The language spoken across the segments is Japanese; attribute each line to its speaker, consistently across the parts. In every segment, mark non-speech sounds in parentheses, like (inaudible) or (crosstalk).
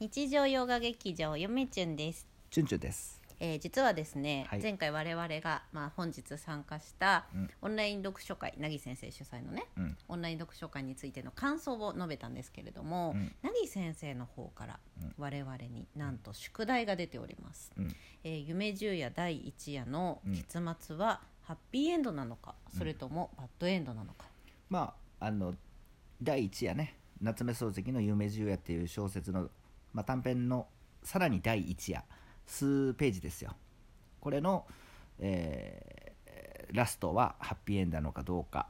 Speaker 1: 日常洋画劇場よめちゅんです、
Speaker 2: チュンチュンです。
Speaker 1: えー実はですね、
Speaker 2: はい
Speaker 1: 前回我々が、まあ、本日参加した
Speaker 2: うん
Speaker 1: オンライン読書会凪先生主催のね
Speaker 2: うん。
Speaker 1: オンライン読書会についての感想を述べたんですけれども、
Speaker 2: うん
Speaker 1: 凪先生の方から
Speaker 2: うん
Speaker 1: 我々になんと宿題が出ております、
Speaker 2: うん
Speaker 1: えー夢十夜第一夜の
Speaker 2: うん
Speaker 1: 結末はハッピーエンドなのか、それともバッドエンドなのか、
Speaker 2: まああの第一夜ね夏目漱石の「夢十夜」っていう小説の、まあ、短編のさらに第一夜数ページですよ。これの、えーラストはハッピーエンドなのかどうか、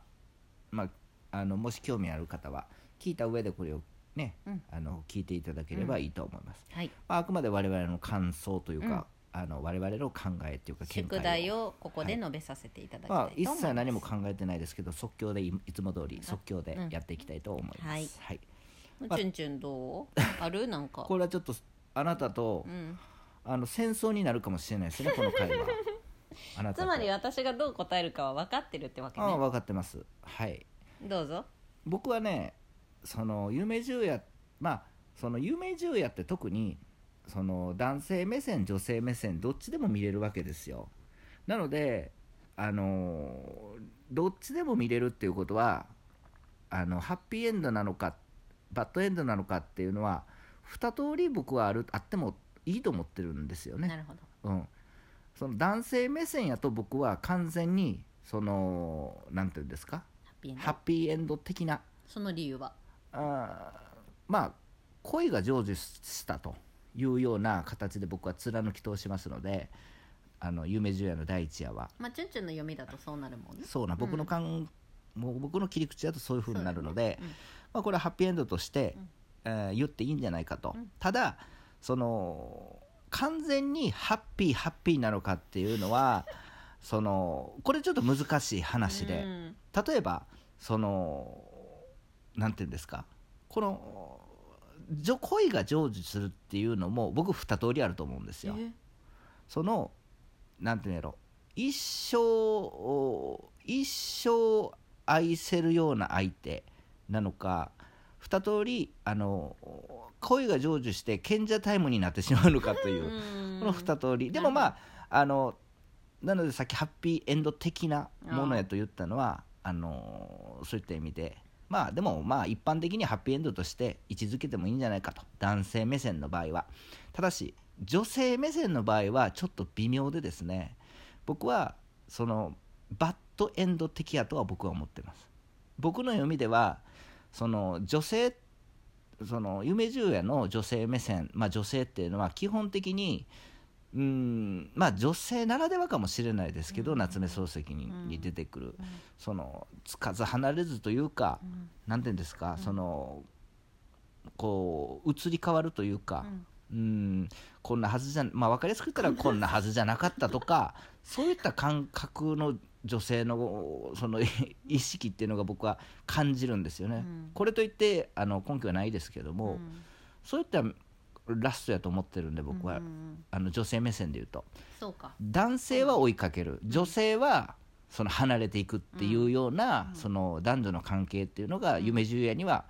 Speaker 2: まあ、あのもし興味ある方は聞いた上でこれをね、
Speaker 1: うん
Speaker 2: あの聞いていただければいいと思います。
Speaker 1: はい、
Speaker 2: まあ、あくまで我々の感想というか、あの我々の考えというか見解
Speaker 1: 宿題をここで述べさせていただき
Speaker 2: まあ
Speaker 1: た、い
Speaker 2: 一
Speaker 1: と思います、
Speaker 2: 切何も考えてないですけど即興でいいつも通り
Speaker 1: ん
Speaker 2: 即興でやっていきたいと思います、
Speaker 1: うん
Speaker 2: は
Speaker 1: はいい、チュンチュンどうあるなんか
Speaker 2: これはちょっとあなたと、
Speaker 1: うん、
Speaker 2: あの戦争になるかもしれないですねこの会
Speaker 1: (laughs)
Speaker 2: 話あなた
Speaker 1: つ
Speaker 2: と
Speaker 1: まり私がどう答えるかは分かってるってわけ
Speaker 2: ああ
Speaker 1: ね
Speaker 2: 分かってますはい
Speaker 1: どうぞ
Speaker 2: 僕はねその有名重夜まあその有名重夜って特にその男性目線女性目線どっちでも見れるわけですよなのであのーどっちでも見れるっていうことはあのハッピーエンドなのかバッドエンドなのかっていうのは二通り僕はあるあってもいいと思ってるんですよね
Speaker 1: なるほど
Speaker 2: うん、その男性目線やと僕は完全にそのなんていうんですか
Speaker 1: ハッピーエンド
Speaker 2: ハッピーエンド的な
Speaker 1: その理由は
Speaker 2: あーまあ恋が成就したというような形で僕は貫き通しますので「あの夢十夜」の第一夜は
Speaker 1: まあチュンチュンの読みだとそうなるもんね
Speaker 2: そうな僕の感、もう僕の切り口だとそういう風になるので、
Speaker 1: そうだね
Speaker 2: まあ、これはハッピーエンドとして、
Speaker 1: うん
Speaker 2: えー言っていいんじゃないかと、
Speaker 1: うん
Speaker 2: ただその完全にハッピーハッピーなのかっていうのはそのこれちょっと難しい話で。
Speaker 1: うん
Speaker 2: 例えばそのなんていうんですかこのじょ恋が成就するっていうのも僕二通りあると思うんですよ。
Speaker 1: え
Speaker 2: そのなんていうんやろ一生を一生愛せるような相手なのか二通りあの恋が成就して賢者タイムになってしまうのかというう、
Speaker 1: ん
Speaker 2: この二通りで
Speaker 1: な
Speaker 2: も
Speaker 1: る
Speaker 2: まああのなのでさっきハッピーエンド的なものやと言ったのはあのそういった意味でまあでもまあ一般的にハッピーエンドとして位置づけてもいいんじゃないかと男性目線の場合はただし女性目線の場合はちょっと微妙でですね僕はそのバッドエンド的やとは僕は思ってます僕の読みではその女性その夢十夜の女性目線、まあ、女性っていうのは基本的にうんまあ女性ならではかもしれないですけど、
Speaker 1: うん
Speaker 2: 夏目漱石に,、
Speaker 1: うん
Speaker 2: に出てくる
Speaker 1: うん
Speaker 2: そのつかず離れずというか
Speaker 1: うん
Speaker 2: 何て言うんですか、
Speaker 1: うん
Speaker 2: そのこう移り変わるというか、うんこんなはずじゃまあ分かりやすく言ったらこんなはずじゃなかったとかそういった感覚の女性のその意識っていうのが僕は感じるんですよね。
Speaker 1: うん
Speaker 2: これといってあの根拠はないですけど
Speaker 1: うん
Speaker 2: も、そういったラストやと思ってるんで僕は、
Speaker 1: うんうん
Speaker 2: あの女性目線で言うと
Speaker 1: そうか
Speaker 2: 男性は追いかける、女性はその離れていくっていうような、
Speaker 1: うん
Speaker 2: その男女の関係っていうのが
Speaker 1: うん
Speaker 2: 夢十夜には、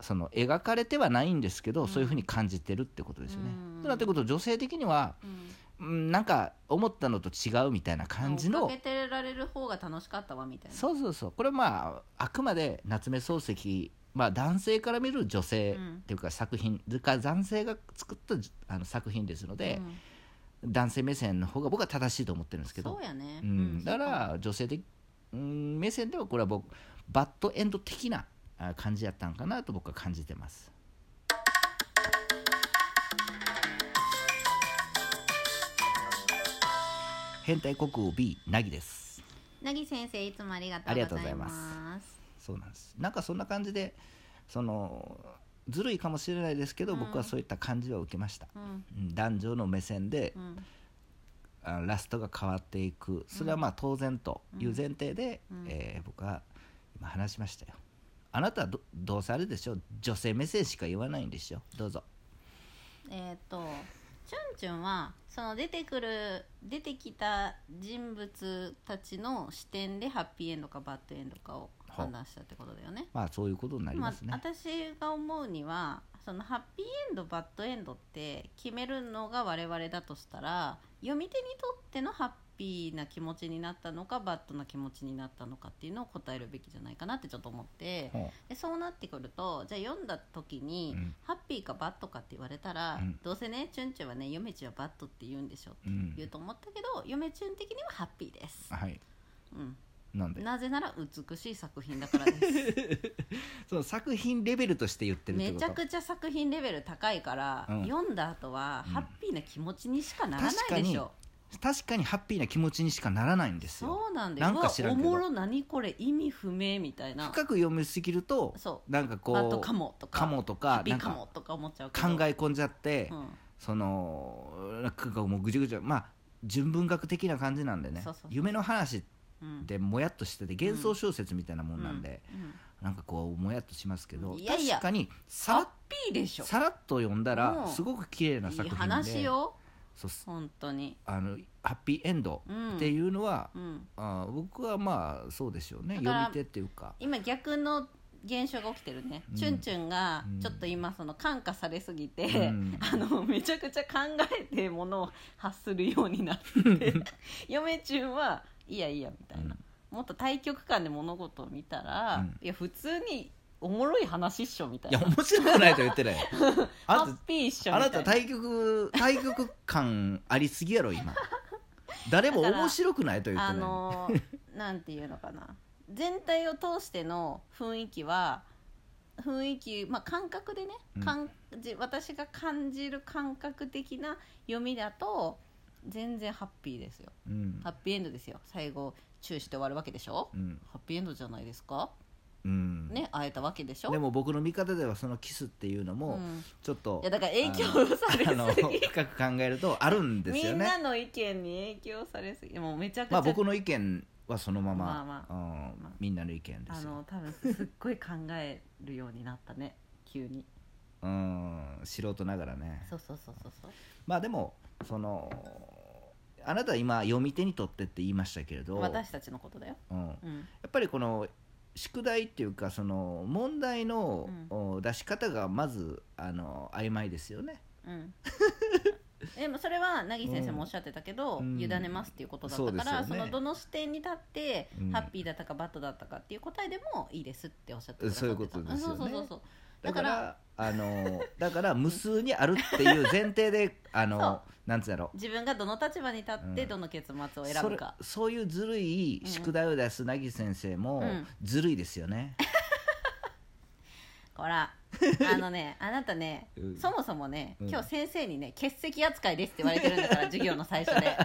Speaker 2: その描かれてはないんですけど、
Speaker 1: うん
Speaker 2: そういうふうに感じてるってことですよね。
Speaker 1: うん
Speaker 2: となってくると女性的には、
Speaker 1: うん
Speaker 2: うん、なんか思ったのと違うみたいな感じ
Speaker 1: 追
Speaker 2: の
Speaker 1: っかけてられる方が楽しかったわみたいな
Speaker 2: そうそうそうこれまああくまで夏目漱石まあ男性から見る女性っていうか作品、それから男性が作ったあの作品ですので
Speaker 1: う、ん
Speaker 2: 男性目線の方が僕は正しいと思ってるんですけど
Speaker 1: そうやね
Speaker 2: う
Speaker 1: うん
Speaker 2: ん、だか
Speaker 1: そう
Speaker 2: ら女性的、うん、目線ではこれは僕バッドエンド的なあ感じやったんかなと僕は感じてます変態国王 B なぎです
Speaker 1: なぎ先生いつもありがと
Speaker 2: ありが
Speaker 1: う
Speaker 2: と
Speaker 1: ご
Speaker 2: うご
Speaker 1: ざ
Speaker 2: ざ
Speaker 1: い
Speaker 2: いま
Speaker 1: ます
Speaker 2: そうなんですなんかそんな感じでそのずるいかもしれないですけど、
Speaker 1: うん
Speaker 2: 僕はそういった感じは受けました、
Speaker 1: うん
Speaker 2: うん、男女の目線で
Speaker 1: うん
Speaker 2: あラストが変わっていくそれはまあ当然という前提で、
Speaker 1: うんうん
Speaker 2: えー僕は今話しましたよあなたはどどうせあれでしょ女性目線しか言わないんでしょどうぞ
Speaker 1: えっとチュンチュンはその出てくる出てきた人物たちの視点でハッピーエンドかバッドエンドかを判断したってことだよね
Speaker 2: まあそういうことになり
Speaker 1: ま
Speaker 2: ま
Speaker 1: あ
Speaker 2: すね、
Speaker 1: 私が思うにはそのハッピーエンドバッドエンドって決めるのが我々だとしたら読み手にとってのハッピーな気持ちになったのかバッドな気持ちになったのかっていうのを答えるべきじゃないかなってちょっと思って
Speaker 2: ほ
Speaker 1: でそうなってくるとじゃあ読んだ時に、
Speaker 2: うん
Speaker 1: ハッピーかバッドかって言われたら、
Speaker 2: うん
Speaker 1: どうせねチュンチュンはね嫁ちはバッドって言うんでしょ
Speaker 2: う、うん
Speaker 1: 言うと思ったけど嫁チュン的にはハッピーです、
Speaker 2: はい
Speaker 1: うん、
Speaker 2: なんで
Speaker 1: なぜなら美しい作品だからで
Speaker 2: (laughs)
Speaker 1: す
Speaker 2: その作品レベルとして言ってるっ
Speaker 1: め
Speaker 2: てこ
Speaker 1: ち
Speaker 2: と
Speaker 1: ゃくちゃ作品レベル高いから、
Speaker 2: うん
Speaker 1: 読んだ後は
Speaker 2: うん
Speaker 1: ハッピーな気持ちにしかならないでしょ、
Speaker 2: 確かにハッピーな気持ちにしかならないんですよ
Speaker 1: そうなんだ
Speaker 2: な
Speaker 1: よ
Speaker 2: ん
Speaker 1: う
Speaker 2: か
Speaker 1: わ
Speaker 2: 知ら
Speaker 1: お
Speaker 2: んけど
Speaker 1: もろ何これ意味不明みたいな
Speaker 2: 深く読みすぎると
Speaker 1: そう
Speaker 2: なんかこ
Speaker 1: バット
Speaker 2: う
Speaker 1: かもとか
Speaker 2: かもと
Speaker 1: ハ
Speaker 2: か
Speaker 1: ッピ
Speaker 2: な
Speaker 1: ー
Speaker 2: ん
Speaker 1: か
Speaker 2: か
Speaker 1: もとか思っちゃうけ
Speaker 2: 考
Speaker 1: ど
Speaker 2: え込んじゃって、
Speaker 1: うん
Speaker 2: そのなんかもうぐちゃぐちゃまあ純文学的な感じなんでね
Speaker 1: そうそうそう
Speaker 2: 夢の話っ
Speaker 1: うん
Speaker 2: てもやっとしてて幻想小説みたいなもんなんで、
Speaker 1: うん
Speaker 2: なんかこうもやっとしますけど、
Speaker 1: いやいや
Speaker 2: 確かにさら
Speaker 1: ハ
Speaker 2: っ
Speaker 1: ッピーでしょ
Speaker 2: さらっと読んだら
Speaker 1: うん
Speaker 2: すごく綺麗ない作
Speaker 1: い
Speaker 2: 品で
Speaker 1: 話よ
Speaker 2: そうす
Speaker 1: 本当に
Speaker 2: あのハッピーエンドっていうのは、
Speaker 1: うん
Speaker 2: あー僕はまあそうでしょうね
Speaker 1: だから
Speaker 2: 読み手っていうか
Speaker 1: 今逆の現象が起きてるね、
Speaker 2: うん
Speaker 1: チュンチュンが
Speaker 2: うん
Speaker 1: ちょっと今その感化されすぎて、
Speaker 2: うん
Speaker 1: あのめちゃくちゃ考えてものを発するようになって
Speaker 2: (laughs)
Speaker 1: 嫁チュンはいやいやみたいな、もっと対極観で物事を見たら、
Speaker 2: うん
Speaker 1: いや普通におもろい話っしょみたい
Speaker 2: いや
Speaker 1: な
Speaker 2: 面白くないと言っ
Speaker 1: (laughs)
Speaker 2: てないよ
Speaker 1: ハ
Speaker 2: あ
Speaker 1: ッ
Speaker 2: な
Speaker 1: ピーっしたょ
Speaker 2: あ
Speaker 1: みた
Speaker 2: な
Speaker 1: な
Speaker 2: いた
Speaker 1: (laughs)
Speaker 2: 対局対局感ありすぎやろ今誰も面白くないと言っ
Speaker 1: あ
Speaker 2: てないよ (laughs)
Speaker 1: のーなんていうのかな全体を通しての雰囲気は雰囲気、まあ、感覚でね、
Speaker 2: うん
Speaker 1: 感じ私が感じる感覚的な読みだと全然ハッピーですよ
Speaker 2: うん
Speaker 1: ハッピーエンドですよ最後チューして終わるわけでしょ、
Speaker 2: うん
Speaker 1: ハッピーエンドじゃないですか
Speaker 2: うん
Speaker 1: ね会えたわけでしょ
Speaker 2: でも僕の見方ではそのキスっていうの
Speaker 1: う
Speaker 2: も
Speaker 1: ん
Speaker 2: ちょっと
Speaker 1: いやだから影響され
Speaker 2: あの
Speaker 1: すぎ
Speaker 2: 深く考えるとあるんです
Speaker 1: み
Speaker 2: よ
Speaker 1: ん
Speaker 2: ね
Speaker 1: なの意見に影響されすぎもうめちゃくちゃ、
Speaker 2: まあ僕の意見はそのまま、
Speaker 1: まあ
Speaker 2: うん
Speaker 1: まあ
Speaker 2: みんなの意見で
Speaker 1: あ
Speaker 2: すよ
Speaker 1: の多分すっごい考えるようになったね急に
Speaker 2: うん素人ながらね
Speaker 1: そうそうそうそうそう
Speaker 2: まあでもそのあなたは今読み手にとってって言いましたけれど、
Speaker 1: 私たちのことだよ、
Speaker 2: うん、や
Speaker 1: うん
Speaker 2: っぱりこの宿題っていうかその問題の、お出し方がまずあの曖昧ですよね。 (laughs)
Speaker 1: うん、でもそれは凪先生もおっしゃってたけど、
Speaker 2: うん
Speaker 1: 委ねますっていうことだったから、
Speaker 2: そうです
Speaker 1: そ
Speaker 2: よね
Speaker 1: のどの視点に立って、
Speaker 2: うん
Speaker 1: ハッピーだったかバッドだったかっていう答えでもいいですっておっしゃってくださってた
Speaker 2: そういうことですよ
Speaker 1: そ
Speaker 2: ね
Speaker 1: うそうそうそう
Speaker 2: だ
Speaker 1: だ
Speaker 2: か
Speaker 1: からら
Speaker 2: あの (laughs) だから無数にあるっていう前提であの
Speaker 1: そ
Speaker 2: なんつうだろう。
Speaker 1: 自分がどの立場に立っ
Speaker 2: う
Speaker 1: て
Speaker 2: ん
Speaker 1: どの結末を選
Speaker 2: そ
Speaker 1: ぶ
Speaker 2: れ
Speaker 1: か、
Speaker 2: そういうずるい宿題を出すなぎ先生も、
Speaker 1: うん
Speaker 2: ずるいですよね。
Speaker 1: ほ
Speaker 2: (laughs)
Speaker 1: らあのねあなたね、
Speaker 2: うん
Speaker 1: そもそもね
Speaker 2: うん
Speaker 1: 今日先生にね欠席扱いですって言われてるんだから授業の最初
Speaker 2: (laughs)
Speaker 1: で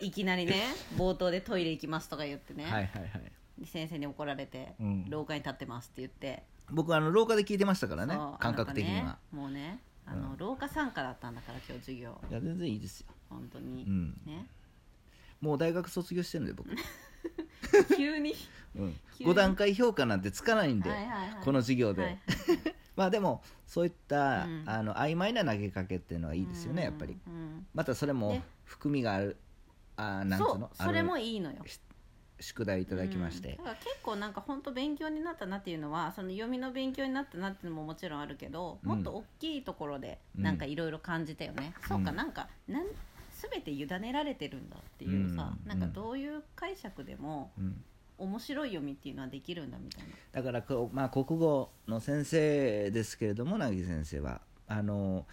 Speaker 1: いきなりね冒頭でトイレ行きますとか言ってね、
Speaker 2: はいはいはい。
Speaker 1: 先生に怒られて、
Speaker 2: うん
Speaker 1: 廊下に立ってますって言って、
Speaker 2: 僕あの廊下で聞いてましたからね
Speaker 1: そう
Speaker 2: 感覚的に
Speaker 1: あな
Speaker 2: は。
Speaker 1: たねもうねあの、
Speaker 2: うん
Speaker 1: 廊下参加だったんだから今日授業
Speaker 2: いや全然いいですよ。
Speaker 1: 本当に、
Speaker 2: うん。
Speaker 1: ね
Speaker 2: もう大学卒業してるんで僕。
Speaker 1: 急に
Speaker 2: うん、
Speaker 1: (laughs) 急に
Speaker 2: 5段階評価なんてつか (laughs) ないんで、
Speaker 1: はいはいはい
Speaker 2: この授業で、
Speaker 1: はい
Speaker 2: まあでもそういった、
Speaker 1: うん
Speaker 2: あの曖昧な投げかけっていうのはい
Speaker 1: い
Speaker 2: いですよねやっぱり
Speaker 1: うん
Speaker 2: またそれも
Speaker 1: ね
Speaker 2: 含みがあるあーなんつ
Speaker 1: そう
Speaker 2: の
Speaker 1: それも
Speaker 2: ある
Speaker 1: いいのよ
Speaker 2: 宿題いただきまし
Speaker 1: うん
Speaker 2: て
Speaker 1: だ、から結構なんか本当勉強になったなっていうのはその読みの勉強になったなっていうのももちろんあるけど、
Speaker 2: うん
Speaker 1: もっと大きいところで
Speaker 2: うん
Speaker 1: なんかいろいろ感じたよね、そうかなんかなん全て委ねられてるんだっていうさ、
Speaker 2: うん
Speaker 1: なんかどういう解釈でも
Speaker 2: うん、
Speaker 1: 面白い読みっていうのはできるんだみたいな
Speaker 2: だからこう、まあ、国語の先生ですけれども凪先生はあの、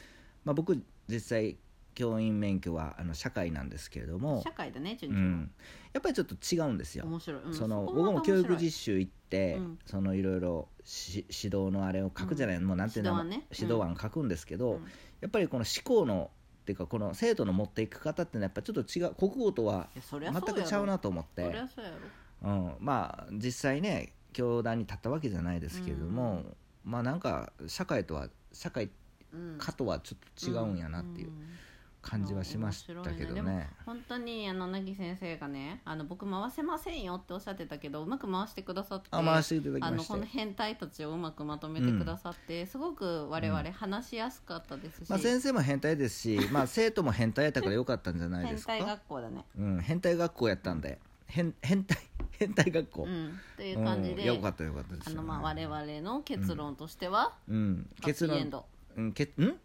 Speaker 2: まあ、僕実際教員免許はあの社会なんですけれども
Speaker 1: 社、会だね
Speaker 2: う
Speaker 1: 順調、
Speaker 2: ん、やっぱりちょっと違うんですよ。
Speaker 1: 面白い、うん
Speaker 2: その
Speaker 1: こ
Speaker 2: 僕も
Speaker 1: また
Speaker 2: 教
Speaker 1: 面白い
Speaker 2: 育実習行って、
Speaker 1: うん
Speaker 2: そのいろいろし指導のあれを書くじゃない、もうなんていうの
Speaker 1: 指導案ね
Speaker 2: 指導案書くんですけど、
Speaker 1: うん
Speaker 2: やっぱりこの思考のっていうかこの生徒の持っていく方ってのはやっぱちょっと違う国語とはい
Speaker 1: やそりゃ
Speaker 2: 全
Speaker 1: そうやろ
Speaker 2: くちゃうなと思っ
Speaker 1: そ
Speaker 2: て、
Speaker 1: りゃそうやろ
Speaker 2: うん、まあ実際ね教壇に立ったわけじゃないですけれども、まあなんか社会とは社会
Speaker 1: うん
Speaker 2: 科とはちょっと違うんやなっていう感じはしましたけどね。
Speaker 1: うん面白い本当にあの凪先生がねあの僕回せませんよっておっしゃってたけどうまく回してくださって
Speaker 2: あ回していただ
Speaker 1: あ
Speaker 2: きま
Speaker 1: の
Speaker 2: して
Speaker 1: この変態たちをうまくまとめてくださって、すごく我々話しやすかったですし、
Speaker 2: まあ、先生も変態で
Speaker 1: (laughs)
Speaker 2: すし、まあ、生徒も変態やったからよかったんじゃないで
Speaker 1: 変
Speaker 2: すか
Speaker 1: 態学校だね、
Speaker 2: うん、変態学校やったんで、変変態変態学校、
Speaker 1: うん、という感じ
Speaker 2: うん
Speaker 1: で、
Speaker 2: よかったよかったです
Speaker 1: あ
Speaker 2: よ
Speaker 1: のまあ我々の結論としては、
Speaker 2: うん、結
Speaker 1: ハッピーエ
Speaker 2: 論
Speaker 1: ンド
Speaker 2: うんけん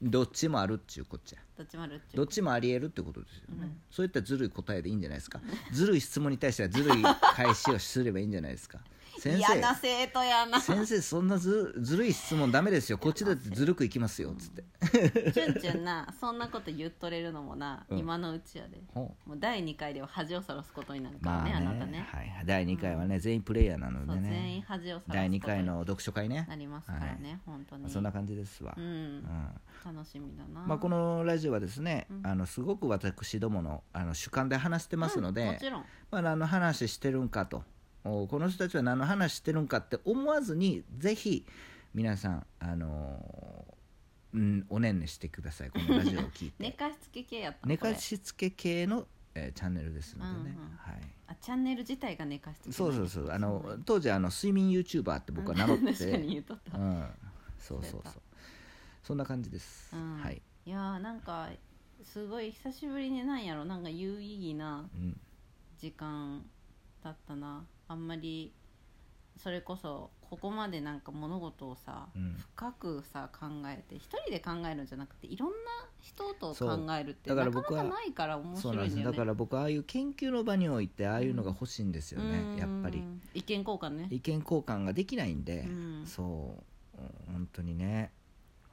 Speaker 2: どっちもあるっちゅうこっちゃ
Speaker 1: どっちもあるっちゅ
Speaker 2: ど
Speaker 1: う
Speaker 2: っちもありえるってことですよね、
Speaker 1: うん
Speaker 2: そういったずるい答えでいいんじゃないですかずるい質問に対してはずるい返しをすればいいんじゃないですか先
Speaker 1: 嫌な
Speaker 2: 生
Speaker 1: 生徒やな
Speaker 2: 先生そんなずずるい質問ダメですよこっちだってずるくいきますよつって、
Speaker 1: チュンチュンなそんなこと言っとれるのもな、
Speaker 2: うん
Speaker 1: 今のうちやで
Speaker 2: ほう
Speaker 1: もう第2回では恥をさらすことになるか
Speaker 2: ま
Speaker 1: ら
Speaker 2: あ
Speaker 1: ね,、
Speaker 2: ね
Speaker 1: あなたね
Speaker 2: はいはい、第2回はね、全員プレイヤーなの
Speaker 1: そ
Speaker 2: で
Speaker 1: う
Speaker 2: ね
Speaker 1: 全員恥をさらすこと
Speaker 2: 第
Speaker 1: に
Speaker 2: 2回の読書会ね
Speaker 1: なりますからね、本当に
Speaker 2: そんな感じですわ、
Speaker 1: う
Speaker 2: うん
Speaker 1: ん、楽しみだな、
Speaker 2: まあ、このラジオはですね、
Speaker 1: うん
Speaker 2: あのすごく私どものあの主観で話してますので、
Speaker 1: うんもちろん
Speaker 2: まあ、何の話してるんかとおこの人たちは何の話してるんかって思わずにぜひ皆さん、あのーうん、おねんねしてくださいこのラジオを聞
Speaker 1: (laughs)
Speaker 2: いて、
Speaker 1: 寝かしつけ系やった
Speaker 2: 寝
Speaker 1: これ
Speaker 2: かしつけ系の、えーチャンネルですのでね、
Speaker 1: うんうん
Speaker 2: はい、
Speaker 1: あチャンネル自体が寝かしつけなん
Speaker 2: そう
Speaker 1: や
Speaker 2: そうそうあの
Speaker 1: す
Speaker 2: 当時あの睡眠 YouTuber って僕は名乗っ
Speaker 1: ごい
Speaker 2: て
Speaker 1: 確かに言うとった、
Speaker 2: うん、そうそ
Speaker 1: そう
Speaker 2: う
Speaker 1: や
Speaker 2: そ
Speaker 1: っ
Speaker 2: うそんな感じです、
Speaker 1: うん
Speaker 2: はい、
Speaker 1: いやーなんかすごい久しぶりになんやろなんか有意義な
Speaker 2: うん、
Speaker 1: 時間だったなあんまりそれこそここまでなんか物事をさ、
Speaker 2: うん
Speaker 1: 深くさ考えて一人で考えるんじゃなくていろんな人と
Speaker 2: そう
Speaker 1: 考えるって
Speaker 2: だから
Speaker 1: なかな
Speaker 2: 僕は
Speaker 1: かないから面
Speaker 2: そ
Speaker 1: 白
Speaker 2: う
Speaker 1: いんだ
Speaker 2: なん
Speaker 1: よ
Speaker 2: です、
Speaker 1: ね
Speaker 2: だから僕ああいう研究の場においてああいうのが欲しいんですよね、
Speaker 1: うん
Speaker 2: やっぱり
Speaker 1: 意見交換ね
Speaker 2: 意見交換ができないんで、
Speaker 1: うん
Speaker 2: そううん本当にね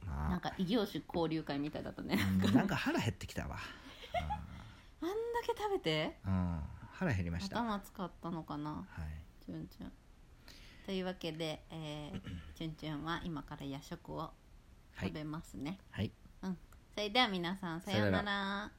Speaker 1: な
Speaker 2: ま
Speaker 1: ん
Speaker 2: あ
Speaker 1: か異業種交流会みたいだったね
Speaker 2: うんなんか腹減ってきたわ、
Speaker 1: あんだけ食べて
Speaker 2: うん、腹減りました、はい、
Speaker 1: 頭使ったのかなチュンチュンというわけで、えー、チュンチュンは今から夜食を
Speaker 2: は
Speaker 1: 食
Speaker 2: い、
Speaker 1: べますね、
Speaker 2: はい
Speaker 1: それでは皆さんさよう
Speaker 2: さ
Speaker 1: な
Speaker 2: よう
Speaker 1: ら